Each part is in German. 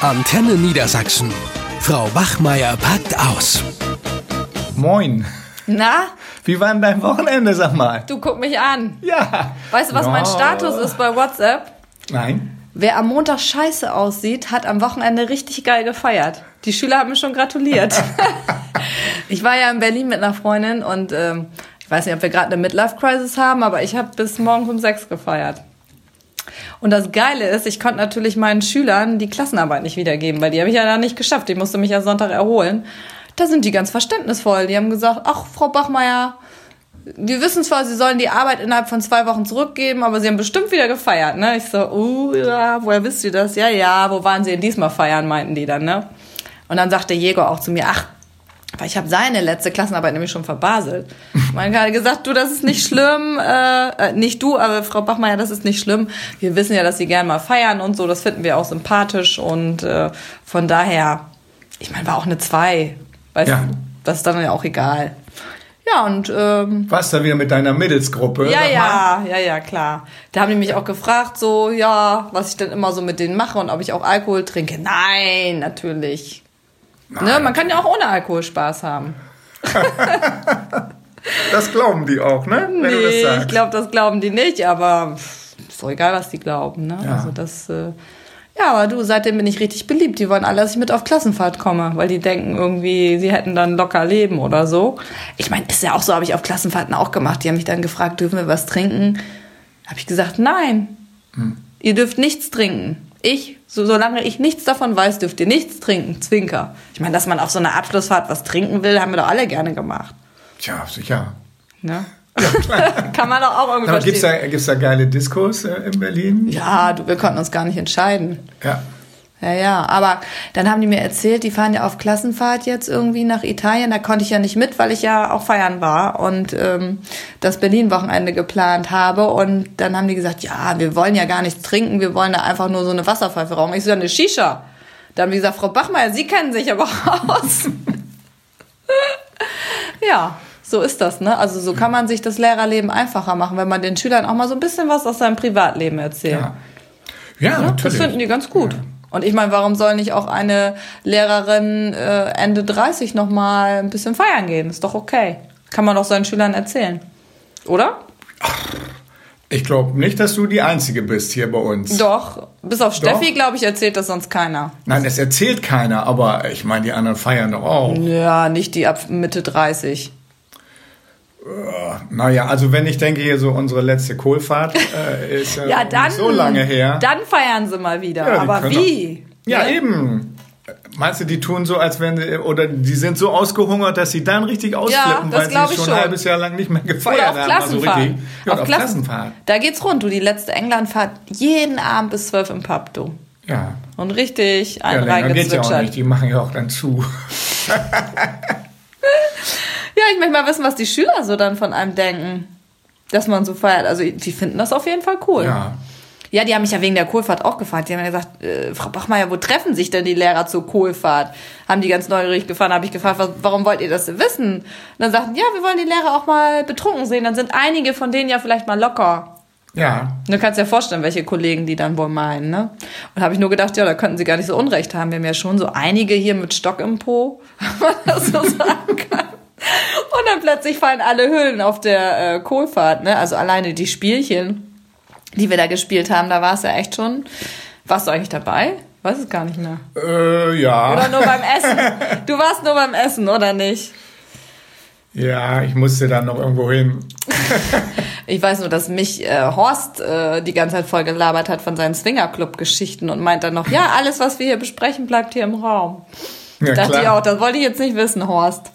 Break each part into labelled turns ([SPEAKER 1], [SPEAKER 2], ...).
[SPEAKER 1] Antenne Niedersachsen. Frau Bachmeier packt aus.
[SPEAKER 2] Moin.
[SPEAKER 3] Na,
[SPEAKER 2] Wie war denn dein Wochenende, sag mal?
[SPEAKER 3] du guck mich an.
[SPEAKER 2] Ja.
[SPEAKER 3] Weißt du, was
[SPEAKER 2] Ja.
[SPEAKER 3] mein Status ist bei WhatsApp?
[SPEAKER 2] Nein.
[SPEAKER 3] Wer am Montag scheiße aussieht, hat am Wochenende richtig geil gefeiert. Die Schüler haben mir schon gratuliert. ich war ja in Berlin mit einer Freundin und ähm, ich weiß nicht, ob wir gerade eine Midlife-Crisis haben, aber ich habe bis morgens um sechs gefeiert. Und das Geile ist, ich konnte natürlich meinen Schülern die Klassenarbeit nicht wiedergeben, weil die habe ich ja da nicht geschafft. Die musste mich ja Sonntag erholen. Da sind die ganz verständnisvoll. Die haben gesagt, ach, Frau Bachmeier, wir wissen zwar, sie sollen die Arbeit innerhalb von zwei Wochen zurückgeben, aber sie haben bestimmt wieder gefeiert, ne? Ich so, uh, ja, woher wisst ihr das? Ja, ja, wo waren sie denn diesmal feiern, meinten die dann, ne? Und dann sagte Diego auch zu mir, ach, weil ich habe seine letzte Klassenarbeit nämlich schon verbaselt. Man hat gesagt, du, das ist nicht schlimm, äh, äh, nicht du, aber Frau Bachmeier, das ist nicht schlimm. Wir wissen ja, dass sie gern mal feiern und so, das finden wir auch sympathisch und äh, von daher, ich meine, war auch eine Zwei, weißt
[SPEAKER 2] Ja.
[SPEAKER 3] du, das ist dann ja auch egal. Ja, und ähm,
[SPEAKER 2] Warst da wieder mit deiner Mädelsgruppe?
[SPEAKER 3] ja,
[SPEAKER 2] sag mal?
[SPEAKER 3] ja, ja, ja, klar. Da haben die mich auch gefragt, so, ja, was ich denn immer so mit denen mache und ob ich auch Alkohol trinke. Nein, natürlich. Ne, man kann ja auch ohne Alkohol Spaß haben.
[SPEAKER 2] Das glauben die auch, ne? Wenn du das
[SPEAKER 3] Nee,
[SPEAKER 2] sagst.
[SPEAKER 3] ich glaube, das glauben die nicht, aber pff, ist doch egal, was die glauben. Ne?
[SPEAKER 2] Ja.
[SPEAKER 3] Also das, äh, ja, aber du, seitdem bin ich richtig beliebt. Die wollen alle, dass ich mit auf Klassenfahrt komme, weil die denken irgendwie, sie hätten dann locker Leben oder so. Ich meine, ist ja auch so, habe ich auf Klassenfahrten auch gemacht. Die haben mich dann gefragt, dürfen wir was trinken? Habe ich gesagt, nein,
[SPEAKER 2] Hm.
[SPEAKER 3] ihr dürft nichts trinken. Ich, so, solange ich nichts davon weiß, dürft ihr nichts trinken. Zwinker. Ich meine, dass man auf so einer Abschlussfahrt was trinken will, haben wir doch alle gerne gemacht.
[SPEAKER 2] Tja, sicher.
[SPEAKER 3] Ne? Kann man doch auch irgendwie
[SPEAKER 2] Aber
[SPEAKER 3] verstehen.
[SPEAKER 2] gibt's da, gibt's da geile Diskos äh, in Berlin?
[SPEAKER 3] Ja, du, wir konnten uns gar nicht entscheiden.
[SPEAKER 2] Ja.
[SPEAKER 3] Ja, ja, aber dann haben die mir erzählt, die fahren ja auf Klassenfahrt jetzt irgendwie nach Italien. Da konnte ich ja nicht mit, weil ich ja auch feiern war und ähm, das Berlin-Wochenende geplant habe. Und dann haben die gesagt, ja, wir wollen ja gar nichts trinken, wir wollen da einfach nur so eine Wasserpfeife rauchen. Ich so, ja, eine Shisha. Dann haben die gesagt, Frau Bachmeier, Sie kennen sich aber aus. ja, so ist das, ne? Also so kann man sich das Lehrerleben einfacher machen, wenn man den Schülern auch mal so ein bisschen was aus seinem Privatleben erzählt.
[SPEAKER 2] Ja, ja
[SPEAKER 3] Ja, das
[SPEAKER 2] natürlich.
[SPEAKER 3] finden die ganz gut. Und ich meine, warum soll nicht auch eine Lehrerin äh, Ende 30 nochmal ein bisschen feiern gehen? Ist doch okay. Kann man doch seinen Schülern erzählen. Oder?
[SPEAKER 2] Ich glaube nicht, dass du die Einzige bist hier bei uns.
[SPEAKER 3] Doch. Bis auf Steffi, glaube ich, erzählt das sonst keiner.
[SPEAKER 2] Nein, es erzählt keiner, aber ich meine, die anderen feiern doch auch.
[SPEAKER 3] Ja, nicht die ab Mitte 30.
[SPEAKER 2] Naja, also wenn ich denke, hier so unsere letzte Kohlfahrt äh, ist äh,
[SPEAKER 3] Ja, dann.
[SPEAKER 2] nicht so lange her.
[SPEAKER 3] Dann feiern sie mal wieder.
[SPEAKER 2] Ja, die
[SPEAKER 3] Aber
[SPEAKER 2] können
[SPEAKER 3] wie?
[SPEAKER 2] Ja,
[SPEAKER 3] Ne?
[SPEAKER 2] eben. Meinst du, die tun so, als wenn sie, oder die sind so ausgehungert, dass sie dann richtig ausflippen,
[SPEAKER 3] das
[SPEAKER 2] weil sie
[SPEAKER 3] glaub ich
[SPEAKER 2] schon
[SPEAKER 3] schon.
[SPEAKER 2] ein halbes Jahr lang nicht mehr
[SPEAKER 3] Oder
[SPEAKER 2] gefeiert
[SPEAKER 3] auf
[SPEAKER 2] haben. Also
[SPEAKER 3] Klassenfahrt.
[SPEAKER 2] richtig. Ja, und auf
[SPEAKER 3] Klassen-
[SPEAKER 2] Klassenfahrt.
[SPEAKER 3] Da geht's rund, du. Die letzte Englandfahrt jeden Abend bis 12 im Pub, du.
[SPEAKER 2] Ja.
[SPEAKER 3] Und richtig
[SPEAKER 2] Ja,
[SPEAKER 3] einen
[SPEAKER 2] länger geht's ja auch
[SPEAKER 3] reingezwitschert.
[SPEAKER 2] nicht. Die machen ja auch dann zu.
[SPEAKER 3] Ja, ich möchte mal wissen, was die Schüler so dann von einem denken, dass man so feiert. Also die finden das auf jeden Fall cool.
[SPEAKER 2] Ja.
[SPEAKER 3] Ja, die haben mich ja wegen der Kohlfahrt auch gefragt. Die haben ja gesagt, äh, Frau Bachmeier, wo treffen sich denn die Lehrer zur Kohlfahrt? Haben die ganz neugierig gefahren, habe ich gefragt, was, warum wollt ihr das denn wissen? Und dann sagten, ja, wir wollen die Lehrer auch mal betrunken sehen. Dann sind einige von denen ja vielleicht mal locker.
[SPEAKER 2] Ja.
[SPEAKER 3] Du kannst dir vorstellen, welche Kollegen die dann wohl meinen, ne? Und habe ich nur gedacht, ja, da könnten sie gar nicht so Unrecht haben. Wir haben ja schon so einige hier mit Stock im Po, wenn man das so sagen kann. Und dann plötzlich fallen alle Höhlen auf der äh, Kohlfahrt, ne? Also alleine die Spielchen, die wir da gespielt haben, da war es ja echt schon. Warst du eigentlich dabei? Weiß es gar nicht mehr.
[SPEAKER 2] Äh,
[SPEAKER 3] Oder
[SPEAKER 2] ja.
[SPEAKER 3] nur beim Essen. Du warst nur beim Essen, oder nicht?
[SPEAKER 2] Ja, ich musste dann noch irgendwo hin.
[SPEAKER 3] Ich weiß nur, dass mich äh, Horst äh, die ganze Zeit voll gelabert hat von seinen Swingerclub-Geschichten und meint dann noch, ja, alles, was wir hier besprechen, bleibt hier im Raum.
[SPEAKER 2] Ja,
[SPEAKER 3] Dachte ich
[SPEAKER 2] klar.
[SPEAKER 3] auch, das wollte ich jetzt nicht wissen, Horst.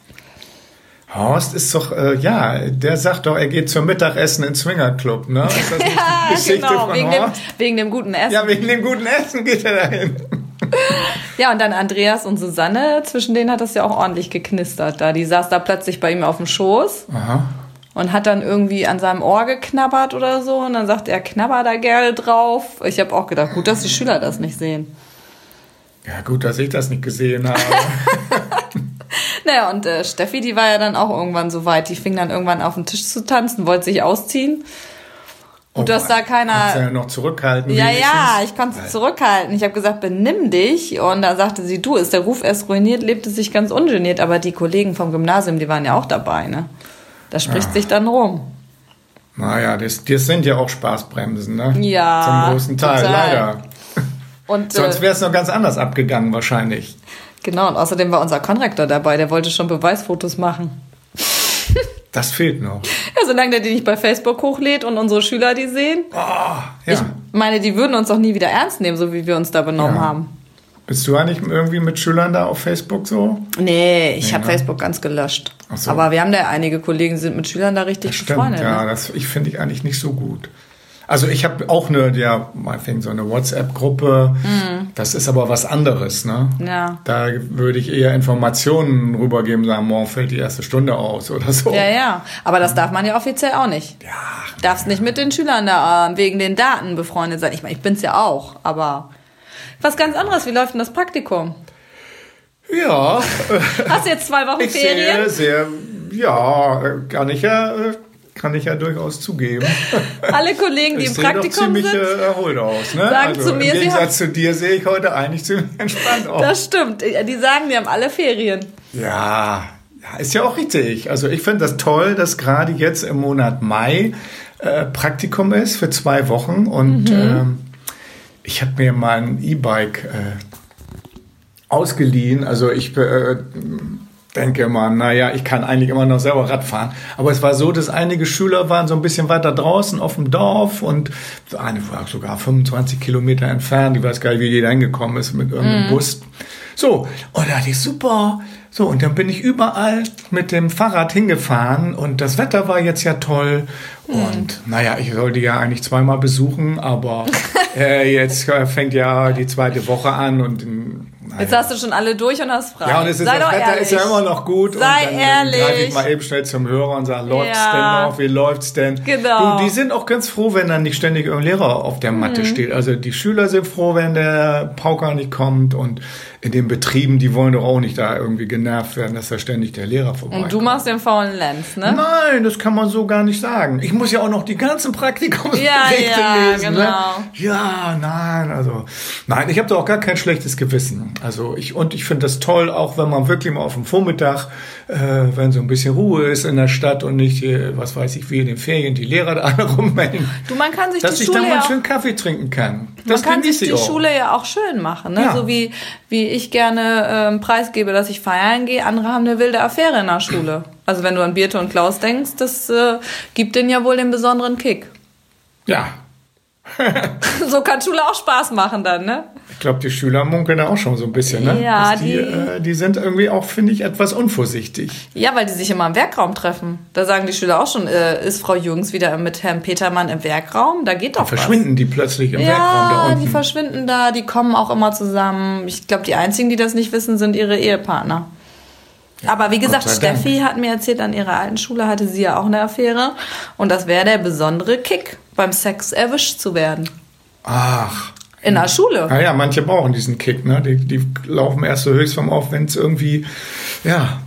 [SPEAKER 2] Horst ist doch, äh, ja, der sagt doch, er geht zum Mittagessen in den Swingerclub, ne? Ist das nicht die Geschichte von
[SPEAKER 3] genau, wegen dem,
[SPEAKER 2] Horst?
[SPEAKER 3] wegen dem guten Essen. Ja.
[SPEAKER 2] Ja, wegen dem guten Essen geht er dahin.
[SPEAKER 3] und dann Andreas und Susanne, zwischen denen hat das ja auch ordentlich geknistert da. Die saß da plötzlich bei ihm auf dem Schoß
[SPEAKER 2] Aha.
[SPEAKER 3] und hat dann irgendwie an seinem Ohr geknabbert oder so. Und dann sagt er, knabber da gerne drauf. Ich habe auch gedacht, gut, dass die Schüler das nicht sehen.
[SPEAKER 2] Ja, gut, dass ich das nicht gesehen habe.
[SPEAKER 3] Naja, und äh, Steffi, die war ja dann auch irgendwann so weit. Die fing dann irgendwann auf den Tisch zu tanzen, wollte sich ausziehen. Gut, dass da keiner.
[SPEAKER 2] Oh, Kannst du ja noch zurückhalten.
[SPEAKER 3] Ja,
[SPEAKER 2] wenigstens.
[SPEAKER 3] ja, ich konnte es zurückhalten. Ich habe gesagt, benimm dich. Und da sagte sie, du, ist der Ruf erst ruiniert, lebte sich ganz ungeniert. Aber die Kollegen vom Gymnasium, die waren ja auch dabei, ne? Das spricht sich dann rum.
[SPEAKER 2] Naja, das, das sind ja auch Spaßbremsen, ne?
[SPEAKER 3] Ja,
[SPEAKER 2] Zum großen Teil,
[SPEAKER 3] total. Äh.
[SPEAKER 2] leider.
[SPEAKER 3] Und
[SPEAKER 2] Sonst
[SPEAKER 3] äh,
[SPEAKER 2] wäre es noch ganz anders abgegangen, wahrscheinlich.
[SPEAKER 3] genau, und außerdem war unser Konrektor dabei, der wollte schon Beweisfotos machen.
[SPEAKER 2] Das fehlt noch.
[SPEAKER 3] Ja, solange der die nicht bei Facebook hochlädt und unsere Schüler die sehen.
[SPEAKER 2] Ah, Ja.
[SPEAKER 3] Ich meine, die würden uns doch nie wieder ernst nehmen, so wie wir uns da benommen
[SPEAKER 2] Ja.
[SPEAKER 3] haben.
[SPEAKER 2] Bist du eigentlich irgendwie mit Schülern da auf Facebook so?
[SPEAKER 3] Nee, ich habe
[SPEAKER 2] ne?
[SPEAKER 3] Facebook ganz gelöscht.
[SPEAKER 2] Ach so.
[SPEAKER 3] Aber wir haben da einige Kollegen, die sind mit Schülern da richtig befreundet.
[SPEAKER 2] ja,
[SPEAKER 3] ne?
[SPEAKER 2] das ich finde ich eigentlich nicht so gut. Also ich habe auch eine, ja, meinetwegen so eine WhatsApp-Gruppe. Das ist aber was anderes, ne?
[SPEAKER 3] Mhm. Ja.
[SPEAKER 2] Da würde ich eher Informationen rübergeben, sagen, morgen fällt die erste Stunde aus oder so.
[SPEAKER 3] Ja, ja. Aber das darf man ja offiziell auch nicht. Ja. Darfst nicht mit den Schülern da äh, wegen den Daten befreundet sein. Ich meine, ich bin's ja auch, aber was ganz anderes. Wie läuft denn das Praktikum?
[SPEAKER 2] Ja,
[SPEAKER 3] Hast du jetzt zwei Wochen
[SPEAKER 2] ich
[SPEAKER 3] Ferien?
[SPEAKER 2] sehe sehr, ja, äh, kann ich ja, äh, kann ich ja durchaus zugeben.
[SPEAKER 3] Alle Kollegen, die
[SPEAKER 2] Ich
[SPEAKER 3] im
[SPEAKER 2] sehe doch
[SPEAKER 3] Praktikum
[SPEAKER 2] ziemlich äh,
[SPEAKER 3] sind.
[SPEAKER 2] erholt aus, ne?
[SPEAKER 3] sagen zu mir,
[SPEAKER 2] Im
[SPEAKER 3] sie
[SPEAKER 2] Gegensatz zu dir sehe ich heute eigentlich ziemlich entspannt aus.
[SPEAKER 3] Das stimmt. Äh, Die sagen, die haben alle Ferien.
[SPEAKER 2] Ja, ja, ist ja auch richtig. Also ich finde das toll, dass gerade jetzt im Monat Mai äh, Praktikum ist für zwei Wochen und ähm, ich habe mir mal ein E-Bike äh, ausgeliehen. Also ich äh, denke immer, naja, ich kann eigentlich immer noch selber Rad fahren. Aber es war so, dass einige Schüler waren so ein bisschen weiter draußen auf dem Dorf und eine war sogar 25 Kilometer entfernt. Ich weiß gar nicht, wie die da hingekommen ist mit irgendeinem Bus. So, und da dachte ich, super. So, und dann bin ich überall mit dem Fahrrad hingefahren und das Wetter war jetzt ja toll. Und naja, ich sollte ja eigentlich zweimal besuchen, aber äh, jetzt äh, fängt ja die zweite Woche an und naja.
[SPEAKER 3] Jetzt hast du schon alle durch und hast frei.
[SPEAKER 2] Ah, Ja, und es ist,
[SPEAKER 3] Sei
[SPEAKER 2] das
[SPEAKER 3] doch
[SPEAKER 2] Wetter
[SPEAKER 3] ehrlich.
[SPEAKER 2] ist ja immer noch gut.
[SPEAKER 3] Sei
[SPEAKER 2] und dann, dann greife
[SPEAKER 3] ehrlich.
[SPEAKER 2] ich mal eben schnell zum Hörer und sage, läuft's
[SPEAKER 3] Ja.
[SPEAKER 2] denn noch? Wie läuft's denn?
[SPEAKER 3] Genau. Mhm.
[SPEAKER 2] Du, die sind auch ganz froh, wenn dann nicht ständig irgendein Lehrer auf der Matte steht. Also die Schüler sind froh, wenn der Pauker nicht kommt und in den Betrieben, die wollen doch auch nicht da irgendwie genervt werden, dass da ständig der Lehrer vorbeikommt.
[SPEAKER 3] Und du machst den faulen Lenz, ne?
[SPEAKER 2] Nein, das kann man so gar nicht sagen. Ich muss ja auch noch die ganzen Praktikumsberichte
[SPEAKER 3] Ja, ja,
[SPEAKER 2] lesen.
[SPEAKER 3] genau.
[SPEAKER 2] Ne? Ja, nein, also nein, ich habe da auch gar kein schlechtes Gewissen. Also ich und ich finde das toll, auch wenn man wirklich mal auf dem Vormittag, äh, wenn so ein bisschen Ruhe ist in der Stadt und nicht, äh, was weiß ich, wie in den Ferien die Lehrer da alle rumhängen,
[SPEAKER 3] Du, man kann sich
[SPEAKER 2] dass
[SPEAKER 3] die
[SPEAKER 2] ich
[SPEAKER 3] Schule
[SPEAKER 2] da mal
[SPEAKER 3] ja
[SPEAKER 2] einen
[SPEAKER 3] auch
[SPEAKER 2] schönen Kaffee trinken kann. Das
[SPEAKER 3] man kann sich
[SPEAKER 2] genieße
[SPEAKER 3] die
[SPEAKER 2] ich auch.
[SPEAKER 3] Schule ja auch schön machen, ne?
[SPEAKER 2] Ja.
[SPEAKER 3] so wie, wie ich gerne ähm, preisgebe, dass ich feiern gehe. Andere haben eine wilde Affäre in der Schule. Also wenn du an Birte und Klaus denkst, das äh, gibt denen ja wohl den besonderen Kick.
[SPEAKER 2] Ja,
[SPEAKER 3] so kann Schule auch Spaß machen dann, ne?
[SPEAKER 2] Ich glaube, die Schüler munkeln da auch schon so ein bisschen, ne?
[SPEAKER 3] Ja,
[SPEAKER 2] Dass die,
[SPEAKER 3] die-
[SPEAKER 2] äh, die sind irgendwie auch, finde ich, etwas unvorsichtig.
[SPEAKER 3] Ja, weil die sich immer im Werkraum treffen. Da sagen die Schüler auch schon, äh, ist Frau Jürgens wieder mit Herrn Petermann im Werkraum? Da geht doch was.
[SPEAKER 2] Verschwinden die plötzlich im Werkraum da
[SPEAKER 3] Ja,
[SPEAKER 2] unten?
[SPEAKER 3] die verschwinden da, die kommen auch immer zusammen. Ich glaube, die einzigen, die das nicht wissen, sind ihre Ehepartner. Aber wie gesagt,
[SPEAKER 2] Gott sei Dank.
[SPEAKER 3] Steffi hat mir erzählt, an ihrer alten Schule hatte sie ja auch eine Affäre. Und das wäre der besondere Kick, beim Sex erwischt zu werden.
[SPEAKER 2] Ach.
[SPEAKER 3] In
[SPEAKER 2] Mhm.
[SPEAKER 3] der Schule.
[SPEAKER 2] Naja, manche brauchen diesen Kick, ne? Die, die laufen erst so höchst vom Auf, wenn es irgendwie, ja,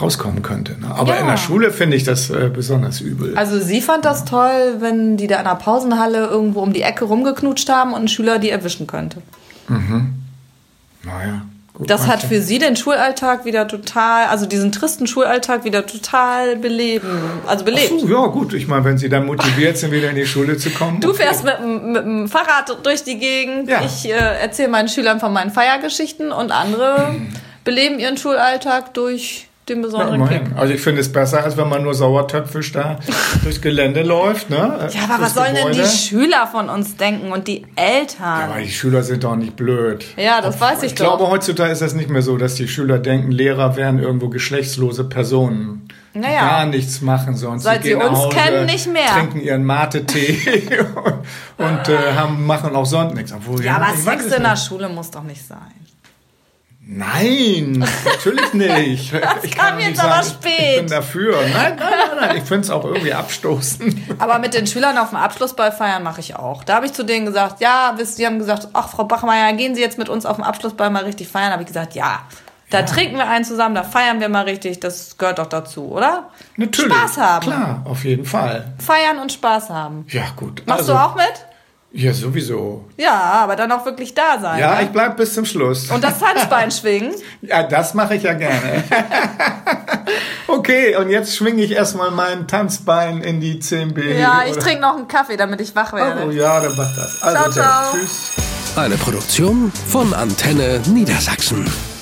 [SPEAKER 2] rauskommen könnte. Ne? Aber
[SPEAKER 3] Ja.
[SPEAKER 2] in der Schule finde ich das äh, besonders übel.
[SPEAKER 3] Also sie fand das toll, wenn die da in der Pausenhalle irgendwo um die Ecke rumgeknutscht haben und ein Schüler die erwischen könnte.
[SPEAKER 2] naja. Gut,
[SPEAKER 3] Das hat
[SPEAKER 2] manche-
[SPEAKER 3] für sie den Schulalltag wieder total, also diesen tristen Schulalltag wieder total beleben, also belebt.
[SPEAKER 2] Puh, ja, gut. Ich meine, wenn sie dann motiviert sind, wieder in die Schule zu kommen.
[SPEAKER 3] Du fährst mit, dem- mit dem Fahrrad durch die Gegend.
[SPEAKER 2] Ja.
[SPEAKER 3] Ich äh, erzähle meinen Schülern von meinen Feiergeschichten und andere beleben ihren Schulalltag durch den
[SPEAKER 2] Ja,
[SPEAKER 3] besonderen Kick.
[SPEAKER 2] immerhin. Also ich finde es besser, als wenn man nur sauertöpfisch da durchs Gelände läuft. Ne?
[SPEAKER 3] Ja, aber was
[SPEAKER 2] Durchs
[SPEAKER 3] sollen denn die
[SPEAKER 2] Gebäude.
[SPEAKER 3] Schüler von uns denken und die
[SPEAKER 2] Aber
[SPEAKER 3] Eltern?
[SPEAKER 2] die Schüler sind doch nicht blöd.
[SPEAKER 3] Ja, das weiß Also ich,
[SPEAKER 2] Ich
[SPEAKER 3] doch.
[SPEAKER 2] glaube, heutzutage ist das nicht mehr so, dass die Schüler denken, Lehrer wären irgendwo geschlechtslose Personen, die
[SPEAKER 3] Naja.
[SPEAKER 2] gar nichts machen sonst.
[SPEAKER 3] Seit sie
[SPEAKER 2] gehen nach
[SPEAKER 3] uns
[SPEAKER 2] Hause,
[SPEAKER 3] kennen, nicht mehr.
[SPEAKER 2] Trinken ihren Mate-Tee und, und äh, haben, machen auch sonst nichts. Obwohl,
[SPEAKER 3] ja, aber
[SPEAKER 2] ich weiß
[SPEAKER 3] Sex
[SPEAKER 2] es
[SPEAKER 3] in der
[SPEAKER 2] nicht.
[SPEAKER 3] Schule muss doch nicht sein.
[SPEAKER 2] Nein, natürlich nicht. Das ich
[SPEAKER 3] kam
[SPEAKER 2] nicht
[SPEAKER 3] jetzt aber
[SPEAKER 2] Ich
[SPEAKER 3] spät.
[SPEAKER 2] bin dafür. Nein, nein, nein, nein. ich finde es auch irgendwie abstoßend.
[SPEAKER 3] Aber mit den Schülern auf dem Abschlussball feiern mache ich auch. Da habe ich zu denen gesagt, ja, wisst, ihr, die haben gesagt, ach Frau Bachmeier, gehen Sie jetzt mit uns auf dem Abschlussball mal richtig feiern. Habe ich gesagt, ja, Da trinken wir einen zusammen, da feiern wir mal richtig. Das gehört doch dazu, oder?
[SPEAKER 2] Natürlich.
[SPEAKER 3] Spaß haben.
[SPEAKER 2] Klar, auf jeden Fall.
[SPEAKER 3] Feiern und Spaß haben.
[SPEAKER 2] Ja, gut.
[SPEAKER 3] Machst du
[SPEAKER 2] also-
[SPEAKER 3] auch mit?
[SPEAKER 2] Ja, sowieso.
[SPEAKER 3] Ja, aber dann auch wirklich da sein.
[SPEAKER 2] Ja,
[SPEAKER 3] ne?
[SPEAKER 2] ich bleib bis zum Schluss.
[SPEAKER 3] Und das Tanzbein schwingen.
[SPEAKER 2] Ja, das mache ich ja gerne. okay, und jetzt schwinge ich erstmal mein Tanzbein in die 10B.
[SPEAKER 3] Ja, ich
[SPEAKER 2] oder-
[SPEAKER 3] trinke noch einen Kaffee, damit ich wach werde.
[SPEAKER 2] Oh ja, dann macht das. Also,
[SPEAKER 3] Ciao, ciao.
[SPEAKER 2] Tschüss.
[SPEAKER 1] Eine Produktion von Antenne Niedersachsen.